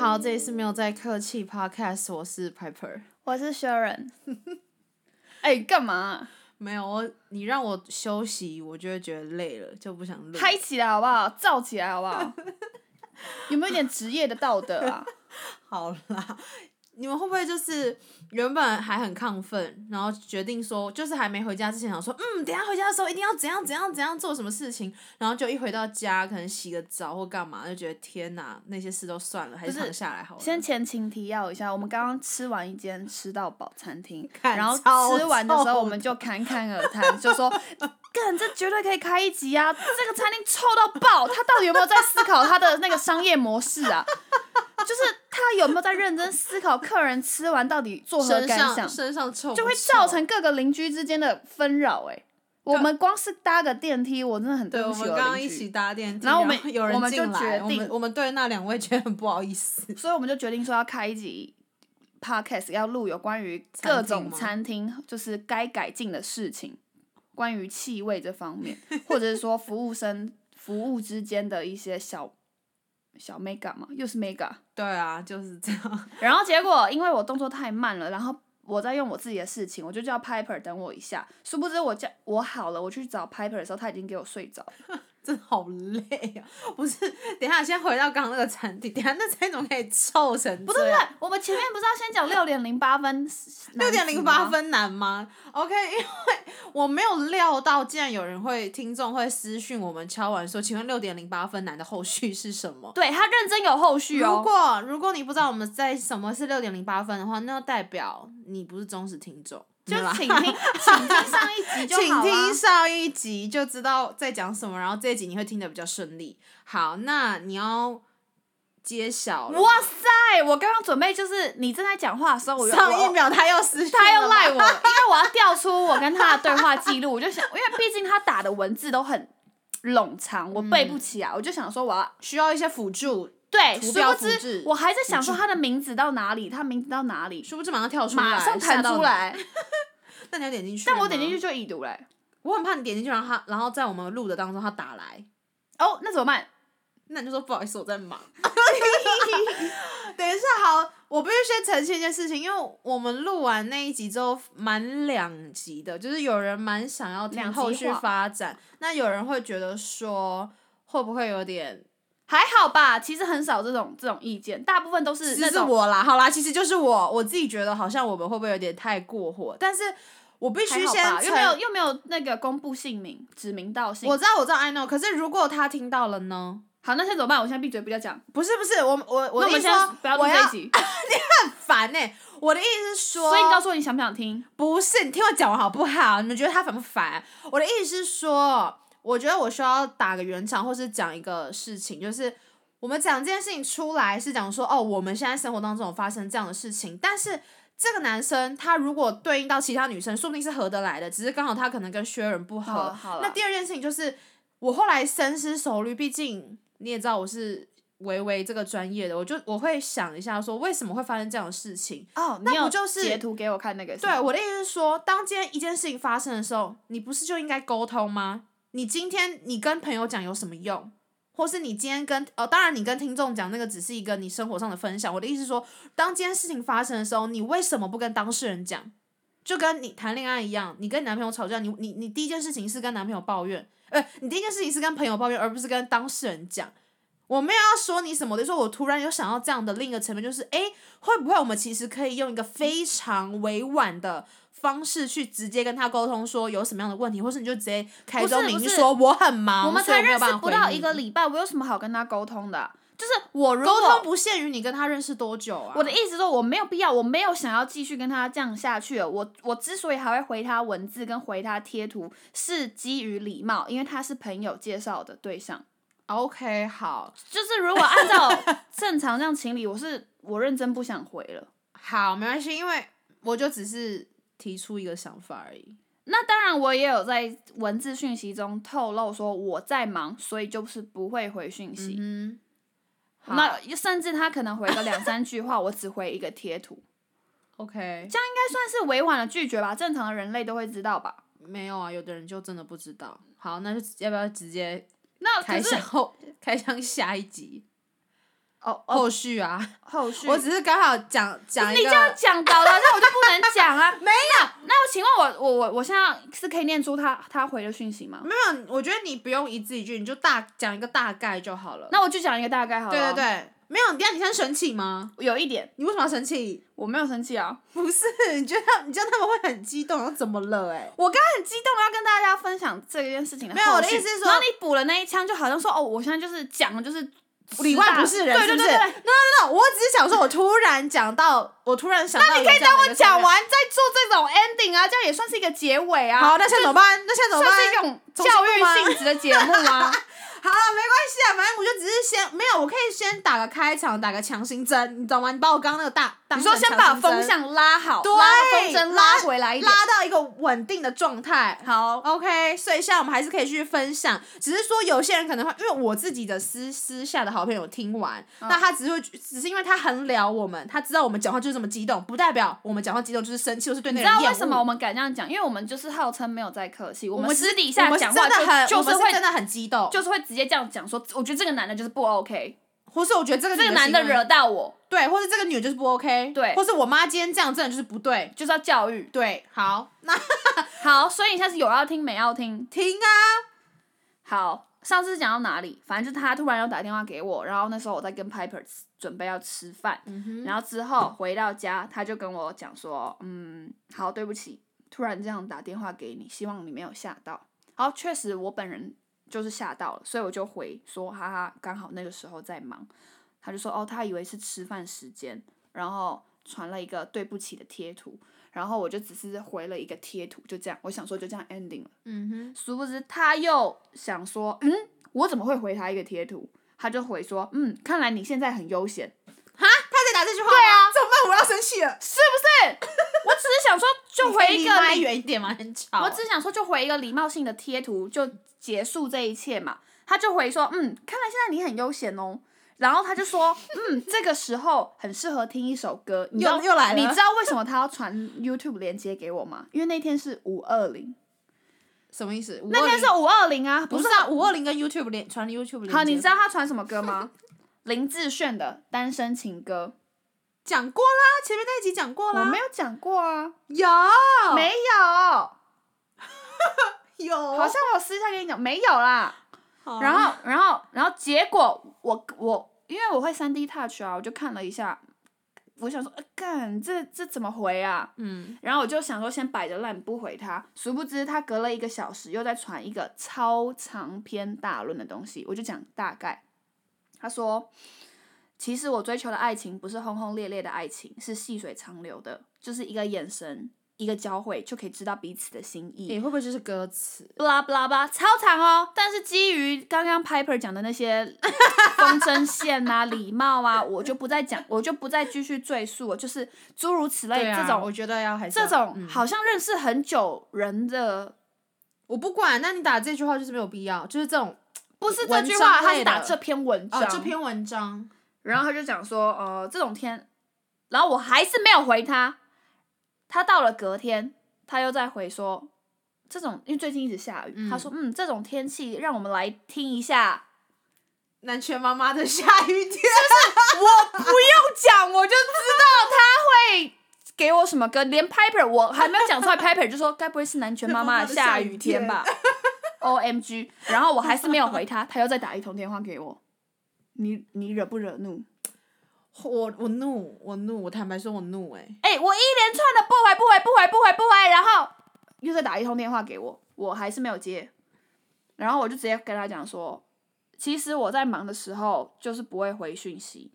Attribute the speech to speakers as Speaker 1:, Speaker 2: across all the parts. Speaker 1: 好，这里是没有在客气 Podcast，我是 Piper。
Speaker 2: 我是 Sharon。哎、干嘛啊、
Speaker 1: 没有我，你让我休息，我就会觉得累了，就不想录。
Speaker 2: 嗨起来好不好？燥起来好不 好？有没有一点职业的道德 啊？
Speaker 1: 好啦，你们会不会就是原本还很亢奋，然后决定说，就是还没回家之前想说，嗯，等一下回家的时候一定要怎样怎样怎样做什么事情，然后就一回到家，可能洗个澡或干嘛，就觉得天哪，那些事都算了，还是
Speaker 2: 不是
Speaker 1: 躺下来好了。
Speaker 2: 先前情提要一下，我们刚刚吃完一间吃到饱餐厅，
Speaker 1: 看
Speaker 2: 然后
Speaker 1: 超
Speaker 2: 吃完的时
Speaker 1: 臭
Speaker 2: 候我们就侃侃而谈，就说：“干，这绝对可以开一集啊！ 这个餐厅臭到爆，他到底有没有在思考他的那个商业模式啊？就是他有没有在认真思考客人吃完到底作何
Speaker 1: 身
Speaker 2: 感
Speaker 1: 上
Speaker 2: 想？
Speaker 1: 身上臭不臭，
Speaker 2: 就会造成各个邻居之间的纷扰。哎，我们光是搭个电梯，我真的很对
Speaker 1: 对，
Speaker 2: 不
Speaker 1: 我
Speaker 2: 起
Speaker 1: 们
Speaker 2: 的
Speaker 1: 刚刚
Speaker 2: 邻
Speaker 1: 一
Speaker 2: 居
Speaker 1: 起搭电梯，
Speaker 2: 然后我们
Speaker 1: 有
Speaker 2: 我
Speaker 1: 人
Speaker 2: 们就
Speaker 1: 进来，
Speaker 2: 决
Speaker 1: 我们
Speaker 2: 定
Speaker 1: 我们对那两位觉得很不好意思。
Speaker 2: 所以我们就决定说要开一集 podcast，要录有关于各种餐厅就是该改进的事情，关于气味这方面， 或者是说服务生服务之间的一些小小 mega 嘛，又是 mega。
Speaker 1: 对啊，就是这样。
Speaker 2: 然后结果因为我动作太慢了，然后我在用我自己的事情，我就叫 Piper 等我一下。殊不知我叫我好了，我去找 Piper 的时候，他已经给我睡着了。
Speaker 1: 真的好累啊！不是，等一下先回到刚刚那个餐厅，等一下那餐厅怎么可以臭成
Speaker 2: 不
Speaker 1: 这
Speaker 2: 对啊不
Speaker 1: 样？
Speaker 2: 对，我们前面不是要先讲六点零八 分，
Speaker 1: 六点零八。分难吗？OK，因为我没有料到，竟然有人会听众会私讯我们敲完说，请问六点零八分难的后续是什么？
Speaker 2: 对他认真有后续哦。
Speaker 1: 如果如果你不知道我们在什么是六点零八分的话，那就代表你不是忠实听众，
Speaker 2: 就
Speaker 1: 没有啦
Speaker 2: 请听， 请听上一集就
Speaker 1: 请
Speaker 2: 好啦
Speaker 1: 听上一集就知道在讲什么，然后这一集你会听得比较顺利。好，那你要揭晓了。
Speaker 2: 哇塞，我刚刚准备就是你正在讲话的时候，我又
Speaker 1: 上一
Speaker 2: 我
Speaker 1: 秒他又失，
Speaker 2: 他又赖我，因为我要调出我跟他的对话记 录，我就想，因为毕竟他打的文字都很冗长，我背不起来，我就想说我要
Speaker 1: 需要一些辅助，
Speaker 2: 对，
Speaker 1: 图
Speaker 2: 殊
Speaker 1: 标
Speaker 2: 不
Speaker 1: 复制
Speaker 2: 知我还在想说他的名字到哪里，他名字到哪里，
Speaker 1: 殊不知马上跳出来，
Speaker 2: 马上弹
Speaker 1: 吓到
Speaker 2: 嗯出
Speaker 1: 你。
Speaker 2: 来，嗯
Speaker 1: 那你要点进去，
Speaker 2: 但我点进去，就已读嘞、
Speaker 1: 我很怕你点进去，然后他，然后在我们录的当中他打来，
Speaker 2: 哦，那怎么办？
Speaker 1: 那你就说不好意思，我在忙。 等一下，好，我必须先澄清一件事情，因为我们录完那一集之后，蛮两极的，就是有人蛮想要听
Speaker 2: 两极
Speaker 1: 后续
Speaker 2: 化
Speaker 1: 发展，那有人会觉得说会不会有点，
Speaker 2: 还好吧，其实很少这种这种意见，大部分都是
Speaker 1: 其
Speaker 2: 那
Speaker 1: 实
Speaker 2: 种
Speaker 1: 我啦，好啦，其实就是我，我自己觉得好像我们会不会有点太过火，但是我必须
Speaker 2: 还好
Speaker 1: 先
Speaker 2: 吧，
Speaker 1: 澄
Speaker 2: 又没有又没有那个公布姓名、指名道姓。
Speaker 1: 我知道我知道 I know，可是如果他听到了呢？
Speaker 2: 好，那现在怎么办？我现在闭嘴，不要讲。
Speaker 1: 不是不是，我我我
Speaker 2: 那我
Speaker 1: 的意
Speaker 2: 们
Speaker 1: 思
Speaker 2: 现在
Speaker 1: 说
Speaker 2: 不要录
Speaker 1: 我
Speaker 2: 这
Speaker 1: 要
Speaker 2: 一集。
Speaker 1: 烦呢、我的意思是说，
Speaker 2: 所以你告诉我你想不想听？
Speaker 1: 不是，你听我讲完好不好？你们觉得他烦不烦？我的意思是说，我觉得我需要打个圆场，或是讲一个事情，就是我们讲这件事情出来是讲说，哦，我们现在生活当中有发生这样的事情，但是这个男生他如果对应到其他女生，说不定是合得来的，只是刚好他可能跟薛仁不合。
Speaker 2: 好啊好啦
Speaker 1: 那第二件事情就是，我后来深思熟虑，毕竟你也知道我是。维维这个专业的，我就我会想一下，说为什么会发生这样的事情？
Speaker 2: 哦，
Speaker 1: 那
Speaker 2: 你有
Speaker 1: 不就是
Speaker 2: 截图给我看那个？
Speaker 1: 对，，我的意思是说，当今天一件事情发生的时候，你不是就应该沟通吗？你今天你跟朋友讲有什么用？或是你今天跟呃，当然你跟听众讲那个只是一个你生活上的分享。我的意思是说，当今天事情发生的时候，你为什么不跟当事人讲？就跟你谈恋爱一样，你跟你男朋友吵架，你你你第一件事情是跟男朋友抱怨，呃，你第一件事情是跟朋友抱怨，而不是跟当事人讲。我没有要说你什么，我就说我突然有想到这样的另一个层面，就是诶，会不会我们其实可以用一个非常委婉的方式去直接跟他沟通，说有什么样的问题，或是你就直接开
Speaker 2: 不是
Speaker 1: 宗明
Speaker 2: 不
Speaker 1: 义
Speaker 2: 是
Speaker 1: 说我很忙，
Speaker 2: 我们
Speaker 1: 所以
Speaker 2: 才
Speaker 1: 没有
Speaker 2: 认
Speaker 1: 办
Speaker 2: 识
Speaker 1: 法
Speaker 2: 不
Speaker 1: 回
Speaker 2: 到
Speaker 1: 你
Speaker 2: 一个礼拜，我有什么好跟他沟通的啊、就是我如
Speaker 1: 沟通
Speaker 2: 果
Speaker 1: 不限于你跟他认识多久啊？
Speaker 2: 我的意思说我没有必要，我没有想要继续跟他这样下去了。我我之所以还会回他文字跟回他贴图，是基于礼貌，因为他是朋友介绍的对象。
Speaker 1: OK 好，
Speaker 2: 就是如果按照正常这样情理，我是我认真不想回了。
Speaker 1: 好没关系，因为我就只是提出一个想法而已。
Speaker 2: 那当然，我也有在文字讯息中透露说我在忙，所以就是不会回讯息。
Speaker 1: 嗯，好
Speaker 2: 那甚至他可能回个两三句话，我只回一个贴图，应
Speaker 1: OK，
Speaker 2: 该算是委婉的拒绝吧。正常的人类都会知道吧？
Speaker 1: 没有啊，有的人就真的不知道。好，那就要不要直接
Speaker 2: 哦那可
Speaker 1: 开
Speaker 2: 是
Speaker 1: 箱后开箱下一集？
Speaker 2: 哦哦，
Speaker 1: 后续啊，
Speaker 2: 后续
Speaker 1: 我只是刚好讲讲
Speaker 2: 你
Speaker 1: 一
Speaker 2: 这样
Speaker 1: 个，
Speaker 2: 讲倒了，那我就不能讲 啊。没有，那我请问我我我我现在是可以念出他他回的讯息吗？
Speaker 1: 没有，我觉得你不用一字一句，你就大讲一个大概就好了。
Speaker 2: 那我就讲一个大概好了。啊
Speaker 1: 对对，对，没有，你看你先生气吗？
Speaker 2: 有一点
Speaker 1: 你为什么要生气？
Speaker 2: 我没有生气啊，
Speaker 1: 不是，你觉得他你知道他们会很激动，然后怎么了、欸？哎，
Speaker 2: 我刚刚很激动要跟大家分享这件事情的
Speaker 1: 没有我的
Speaker 2: 后续
Speaker 1: 意思是说
Speaker 2: 然后你补了那一枪，就好像说哦，我现在就是讲的就是
Speaker 1: 里
Speaker 2: 十大
Speaker 1: 外不是人，
Speaker 2: 对对对对
Speaker 1: 是不是
Speaker 2: 对，
Speaker 1: ？No No No，我只是想说，我突然讲到，我突然想到，那你
Speaker 2: 可以等哎我讲。完再做这种 ending 啊，这样也算是一个结尾啊。
Speaker 1: 好，那现在怎么办？那现在怎么办
Speaker 2: 算？是一种
Speaker 1: 重
Speaker 2: 教
Speaker 1: 新录吗
Speaker 2: 育性质的节目啊。
Speaker 1: 好了，没关系啊，反正我就只是先没有，我可以先打个开场，打个强心针，你懂吗？你把我刚刚那个大，
Speaker 2: 你
Speaker 1: 当成
Speaker 2: 说先把
Speaker 1: 强心针
Speaker 2: 风向拉好，
Speaker 1: 对
Speaker 2: 拉风筝
Speaker 1: 拉
Speaker 2: 拉回来一点。
Speaker 1: 拉到一个稳定的状态。
Speaker 2: 好，
Speaker 1: OK，所以现在我们还是可以去分享，只是说有些人可能会，因为我自己的私私下的好朋友听完，
Speaker 2: 嗯
Speaker 1: 那他只是会，只是因为他很了我们，他知道我们讲话就是这么激动，不代表我们讲话激动就是生气，或是对
Speaker 2: 你
Speaker 1: 那
Speaker 2: 知
Speaker 1: 个人
Speaker 2: 道
Speaker 1: 厌
Speaker 2: 为
Speaker 1: 恶
Speaker 2: 什么我们敢这样讲？因为我们就是号称没有在客气，我
Speaker 1: 我
Speaker 2: 们
Speaker 1: 们
Speaker 2: 私
Speaker 1: 私
Speaker 2: 底
Speaker 1: 底
Speaker 2: 下
Speaker 1: 下
Speaker 2: 讲
Speaker 1: 讲
Speaker 2: 话
Speaker 1: 话
Speaker 2: 就
Speaker 1: 就
Speaker 2: 就是
Speaker 1: 是
Speaker 2: 会
Speaker 1: 真的很激动，就
Speaker 2: 就是会直接这样讲说，我觉得这个男的就是不 OK，
Speaker 1: 或是我觉得这个
Speaker 2: 这个
Speaker 1: 女
Speaker 2: 男的
Speaker 1: 行为
Speaker 2: 惹到我
Speaker 1: 对，或是这个女就是不 OK，
Speaker 2: 对
Speaker 1: 或是我妈今天这样真的就是不对，
Speaker 2: 就是要教育。
Speaker 1: 对，好，那
Speaker 2: 好，所以你下次有要听没要听？
Speaker 1: 停啊，
Speaker 2: 好，上次讲到哪里？反正就是他突然又打电话给我，然后那时候我在跟 Piper 准备要吃饭，
Speaker 1: 嗯
Speaker 2: 然后之后回到家，他就跟我讲说，嗯，好，对不起，突然这样打电话给你，希望你没有吓到。然后确实我本人就是吓到了，所以我就回说，哈哈，刚好那个时候在忙。他就说，哦，他以为是吃饭时间，然后传了一个对不起的贴图，然后我就只是回了一个贴图，就这样，我想说就这样 ending 了。
Speaker 1: 嗯哼，
Speaker 2: 殊不知他又想说，嗯，我怎么会回他一个贴图？他就回说，嗯，看来你现在很悠闲，
Speaker 1: 哈，他在打这句话，对啊，怎么办？我要生气了，
Speaker 2: 是不是？我只是想说，就回一
Speaker 1: 你
Speaker 2: 个
Speaker 1: 可以离麦
Speaker 2: 礼，
Speaker 1: 远一点嘛，很吵，
Speaker 2: 我只想说就回一个礼貌性的贴图，就结束这一切嘛。他就回说，嗯，看来现在你很悠闲哦。然后他就说，嗯，这个时候很适合听一首歌。你知道
Speaker 1: 又又来了
Speaker 2: 你知道为什么他要传 YouTube 连接给我吗？因为那天是五二零，
Speaker 1: 什么意思？
Speaker 2: 那天是
Speaker 1: 520
Speaker 2: 五二零啊，
Speaker 1: 不
Speaker 2: 是
Speaker 1: 是啊，五二零跟 YouTube 连传 YouTube 连接
Speaker 2: 好，你知道他传什么歌吗？ 林志炫的《单身情歌
Speaker 1: 讲过啦，前面那一集讲过》，
Speaker 2: 我
Speaker 1: 啦
Speaker 2: 没，有讲过啊，
Speaker 1: 有
Speaker 2: 没有，
Speaker 1: 有，
Speaker 2: 好像我私下跟你讲没有啦。
Speaker 1: 好
Speaker 2: 然后，然后，然后结果我我因为我会三 D touch 啊，我就看了一下，我想说，呃干这这怎么回啊？
Speaker 1: 嗯，
Speaker 2: 然后我就想说先摆着烂不回他，殊不知他隔了一个小时又在传一个超长篇大论的东西，我就讲大概。他说，其实我追求的爱情不是轰轰烈烈的爱情，是细水长流的，就是一个眼神，一个交汇就可以知道彼此的心意。
Speaker 1: 你会不会就是歌词？
Speaker 2: 不啦不啦吧，超长哦。但是基于刚刚 Piper 讲的那些 风筝线啊、礼貌啊，我就不再讲，我就不再继续赘述了。就是诸如此类、
Speaker 1: 对啊
Speaker 2: 这种
Speaker 1: 我觉得要还是要
Speaker 2: 这种
Speaker 1: 嗯
Speaker 2: 好像认识很久人的，
Speaker 1: 我不管，那你打这句话就是没有必要，就是这种
Speaker 2: 不是这
Speaker 1: 文
Speaker 2: 句话，
Speaker 1: 章
Speaker 2: 他
Speaker 1: 类
Speaker 2: 是打
Speaker 1: 的
Speaker 2: 这篇文章，
Speaker 1: 哦，这篇文章
Speaker 2: 然后他就讲说，呃，这种天，然后我还是没有回他。他到了隔天，他又再回说，这种因为最近一直下雨，
Speaker 1: 嗯
Speaker 2: 他说，嗯，这种天气，让我们来听一下。
Speaker 1: 南拳妈妈的下雨 天，
Speaker 2: 我不用讲，我就知道他会给我什么歌。连 Piper 我还没有 讲出来，Piper 就说该不会是南拳妈妈的下雨天吧 ？O M G！然后我还是没有回他， 他又再打一通电话给我。你你惹不惹怒？
Speaker 1: 我我怒，我怒，我坦白说，我怒哎、
Speaker 2: 哎、我一连串的不回不回不回不回不回，然后又再打一通电话给我，我还是没有接。然后我就直接跟他讲说，其实我在忙的时候就是不会回讯息，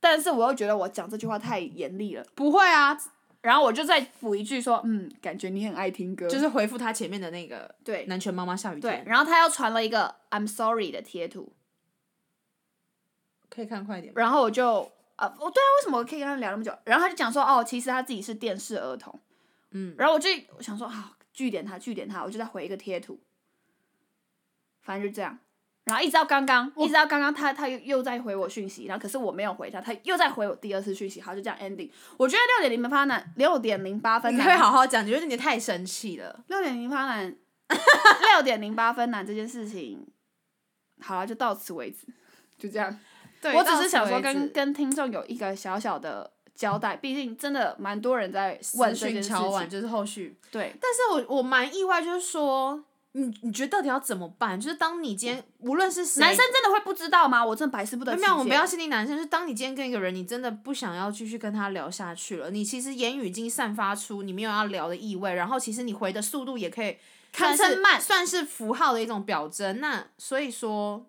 Speaker 2: 但是我又觉得我讲这句话太严厉了，
Speaker 1: 不会啊，
Speaker 2: 然后我就再补一句说，嗯，感觉你很爱听歌，
Speaker 1: 就是回复他前面的那个
Speaker 2: 对
Speaker 1: 南拳妈妈下雨
Speaker 2: 对
Speaker 1: 天，。
Speaker 2: 然后他又传了一个 I'm sorry 的贴图，
Speaker 1: 可以看快一点吗。
Speaker 2: 然后我就呃，我对啊，为什么我可以跟他聊那么久？然后他就讲说，哦，其实他自己是电视儿童，
Speaker 1: 嗯
Speaker 2: 然后我就我想说，好、据点他，据点他，我就再回一个贴图，反正就这样。然后一直到刚刚，一直到刚刚他他又又在回我讯息，然后可是我没有回他，他又在回我第二次讯息，好就这样 ending。我觉得六点零八男，六点零八分
Speaker 1: 你
Speaker 2: 男
Speaker 1: 可以好好讲，觉得你太生气了。
Speaker 2: 六点零八 男，六点零八分男这件事情，好了，就到此为止，就这样。
Speaker 1: 对，
Speaker 2: 我只
Speaker 1: 到
Speaker 2: 是
Speaker 1: 此
Speaker 2: 想说
Speaker 1: 为
Speaker 2: 跟
Speaker 1: 止
Speaker 2: 跟听众有一个小小的交代，毕竟真的蛮多人在问
Speaker 1: 私
Speaker 2: 这
Speaker 1: 讯
Speaker 2: 件事
Speaker 1: 敲完
Speaker 2: 情。
Speaker 1: 就是后续。
Speaker 2: 对，
Speaker 1: 但是我我蛮意外，就是说你你觉得到底要怎么办？就是当你今天无论是谁
Speaker 2: 男生真的会不知道吗？我真的百思不得其
Speaker 1: 没
Speaker 2: 解。
Speaker 1: 有，我们不要限定男生。就是当你今天跟一个人，你真的不想要继续跟他聊下去了，你其实言语已经散发出你没有要聊的意味，然后其实你回的速度也可以
Speaker 2: 堪
Speaker 1: 算是
Speaker 2: 称慢
Speaker 1: 算是符号的一种表征。那所以说，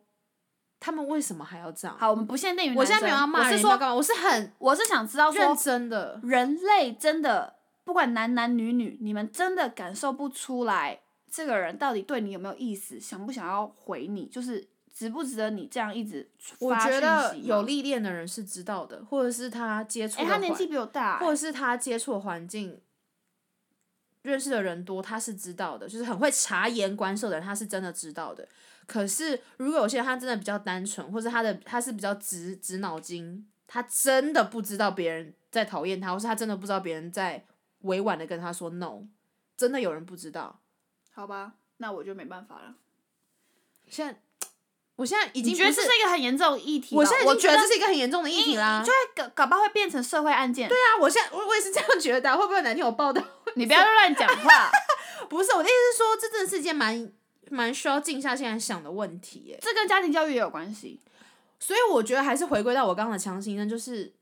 Speaker 1: 他们为什么还要这样？
Speaker 2: 好，我们不限定于
Speaker 1: 我
Speaker 2: 男
Speaker 1: 现在没有
Speaker 2: 生
Speaker 1: 要骂
Speaker 2: 我
Speaker 1: 人，
Speaker 2: 是
Speaker 1: 也没有
Speaker 2: 说，
Speaker 1: 干嘛？我是很
Speaker 2: 我是想知道
Speaker 1: 认
Speaker 2: 说，
Speaker 1: 真的。
Speaker 2: 人类真的不管男男女女，你们真的感受不出来这个人到底对你有没有意思，想不想要回你，就是值不值得你这样一直
Speaker 1: 我
Speaker 2: 发
Speaker 1: 觉
Speaker 2: 讯
Speaker 1: 得
Speaker 2: 息吗
Speaker 1: 有。历练的人是知道的，或者是他接触
Speaker 2: 哎、
Speaker 1: 的
Speaker 2: 他年
Speaker 1: 环
Speaker 2: 纪比我大、
Speaker 1: 或者是他接触的环境认识的人多，他是知道的，就是很会察言观色的人，他是真的知道的。可是如果有些人他真的比较单纯，或者他的他是比较直直脑筋，他真的不知道别人在讨厌他，或是他真的不知道别人在委婉的跟他说 no，真的有人不知道。
Speaker 2: 好吧，那我就没办法了。
Speaker 1: 现在我现在已
Speaker 2: 已
Speaker 1: 经
Speaker 2: 觉得
Speaker 1: 不
Speaker 2: 这
Speaker 1: 是
Speaker 2: 是，一个很严重的议题吧？
Speaker 1: 我现在已
Speaker 2: 我
Speaker 1: 经觉得这是一个很严重的议题啦。
Speaker 2: 就会搞搞不好会变成社会案件。对
Speaker 1: 对啊，我现在我我也是这样觉得啊，会不会哪天我报道？
Speaker 2: 你不要乱讲话。
Speaker 1: 不是我的意思是说，这真的是一件蛮蛮需要静下心来想的问题耶。
Speaker 2: 这跟家庭教育也有关系。
Speaker 1: 所以我觉得还是回归到我刚刚的强行呢，就是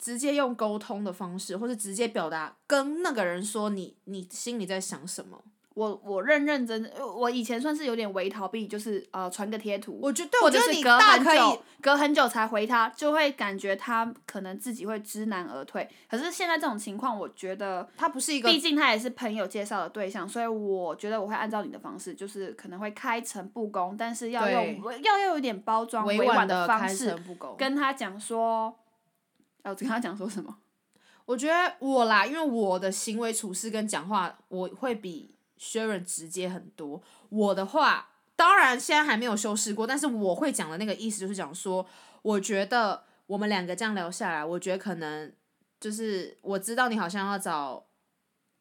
Speaker 1: 直接用沟通的方式，或是直接表达跟那个人说你你心里在想什么。
Speaker 2: 我我认认真，呃我以前算是有点微逃避，就是呃传个贴图，
Speaker 1: 我觉得对，
Speaker 2: 或
Speaker 1: 我
Speaker 2: 者
Speaker 1: 觉得
Speaker 2: 是
Speaker 1: 你
Speaker 2: 隔
Speaker 1: 大
Speaker 2: 很
Speaker 1: 可以
Speaker 2: 久，隔很久才回他，就会感觉他可能自己会知难而退。可是现在这种情况，我觉得，
Speaker 1: 他不是一个
Speaker 2: 毕竟他也是朋友介绍的对象，所以我觉得我会按照你的方式，就是可能会开诚布公，但是要用要要有一点包装
Speaker 1: 委
Speaker 2: 婉
Speaker 1: 的
Speaker 2: 方
Speaker 1: 开
Speaker 2: 式
Speaker 1: 诚布公。
Speaker 2: 跟他讲说，呃，我跟他讲说什么？
Speaker 1: 我觉得我啦，因为我的行为处事跟讲话，我会比 Sharon 直接很多。我的话，当然现在还没有修饰过，但是我会讲的那个意思就是讲说，我觉得我们两个这样聊下来，我觉得可能就是我知道你好像要找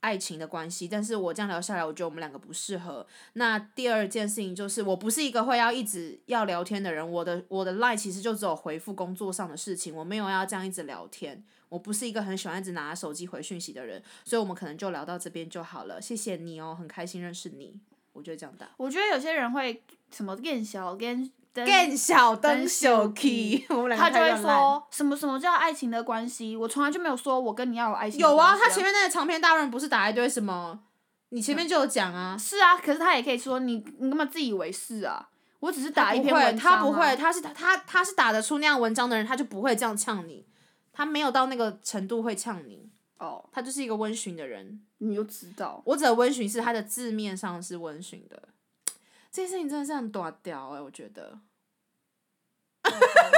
Speaker 1: 爱情的关系，但是我这样聊下来，我觉得我们两个不适合。那第二件事情就是，我不是一个会要一直要聊天的人，我的我的 line 其实就只有回复工作上的事情，我没有要这样一直聊天。我不是一个很喜欢一直拿手机回讯息的人，所以我们可能就聊到这边就好了。谢谢你哦，很开心认识你。我就这样打。
Speaker 2: 我觉得有些人会什么更小更更
Speaker 1: 小
Speaker 2: 灯小气
Speaker 1: 我们
Speaker 2: 他就会说什么什么叫爱情的关系？我从来就没有说我跟你要有爱情的
Speaker 1: 有
Speaker 2: 关
Speaker 1: 啊，
Speaker 2: 系
Speaker 1: 他前面那个长篇大论不是打一堆什么？你前面就有讲啊。
Speaker 2: 是啊，可是他也可以说你你干嘛自以为是啊？我只是打一篇
Speaker 1: 不会，
Speaker 2: 文章、 啊
Speaker 1: 他不会，，他是他他是打得出那样文章的人，他就不会这样呛你，他没有到那个程度会呛你，
Speaker 2: 哦，
Speaker 1: 他就是一个温驯的人。
Speaker 2: 你就知道。
Speaker 1: 我指的温驯是它的字面上是温驯的，这件事情真的是很短屌哎、我觉得。
Speaker 2: 嗯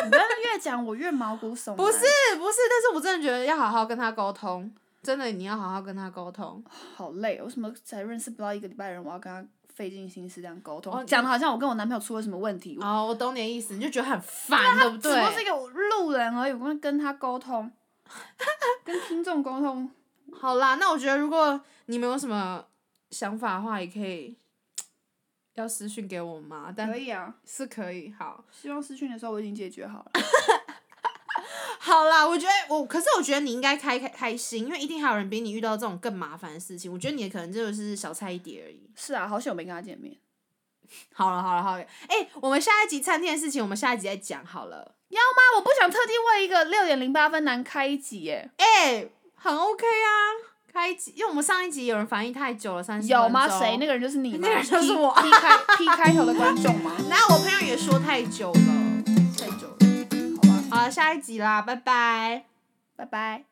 Speaker 2: 你不要越讲我越毛骨悚然。
Speaker 1: 不是不是，但是我真的觉得要好好跟他沟通，真的你要好好跟他沟通。
Speaker 2: 好累哦，为什么才认识不到一个礼拜的人，我要跟他费尽心思这样沟
Speaker 1: 哦
Speaker 2: 通，
Speaker 1: 你
Speaker 2: 讲的好像我跟我男朋友出了什么问题，
Speaker 1: 哦，我懂你的意思，你就觉得很烦，对不
Speaker 2: 啊只不过是一
Speaker 1: 对？
Speaker 2: 个路人而已，我跟跟他沟 通，跟听众沟 通。
Speaker 1: 好啦，那我觉得如果你们有什么想法的话，也可以要私讯给我嘛，但
Speaker 2: 可以啊，
Speaker 1: 是可以。好，
Speaker 2: 希望私讯的时候我已经解决 好了。
Speaker 1: 好啦，我觉得我，可是我觉得你应该开开开心，因为一定还有人比你遇到这种更麻烦的事情。我觉得你可能就是小菜一碟而已。
Speaker 2: 是啊，好久没跟他见面，
Speaker 1: 好了好了好了，哎、我们下一集餐厅的事情，我们下一集再讲好了。
Speaker 2: 我不想特地为一个六点零八分难开一集耶，
Speaker 1: 哎、很 OK 啊。开一集，因为我们上一集有人反应太久了，三十
Speaker 2: 有吗？谁？那个人就是你吗？
Speaker 1: 那个人就是我
Speaker 2: P 开 P 开头的观众吗？
Speaker 1: 然后我朋友也说太久了。
Speaker 2: 太久了，好吧，
Speaker 1: 好，下一集啦，拜拜。
Speaker 2: 拜拜。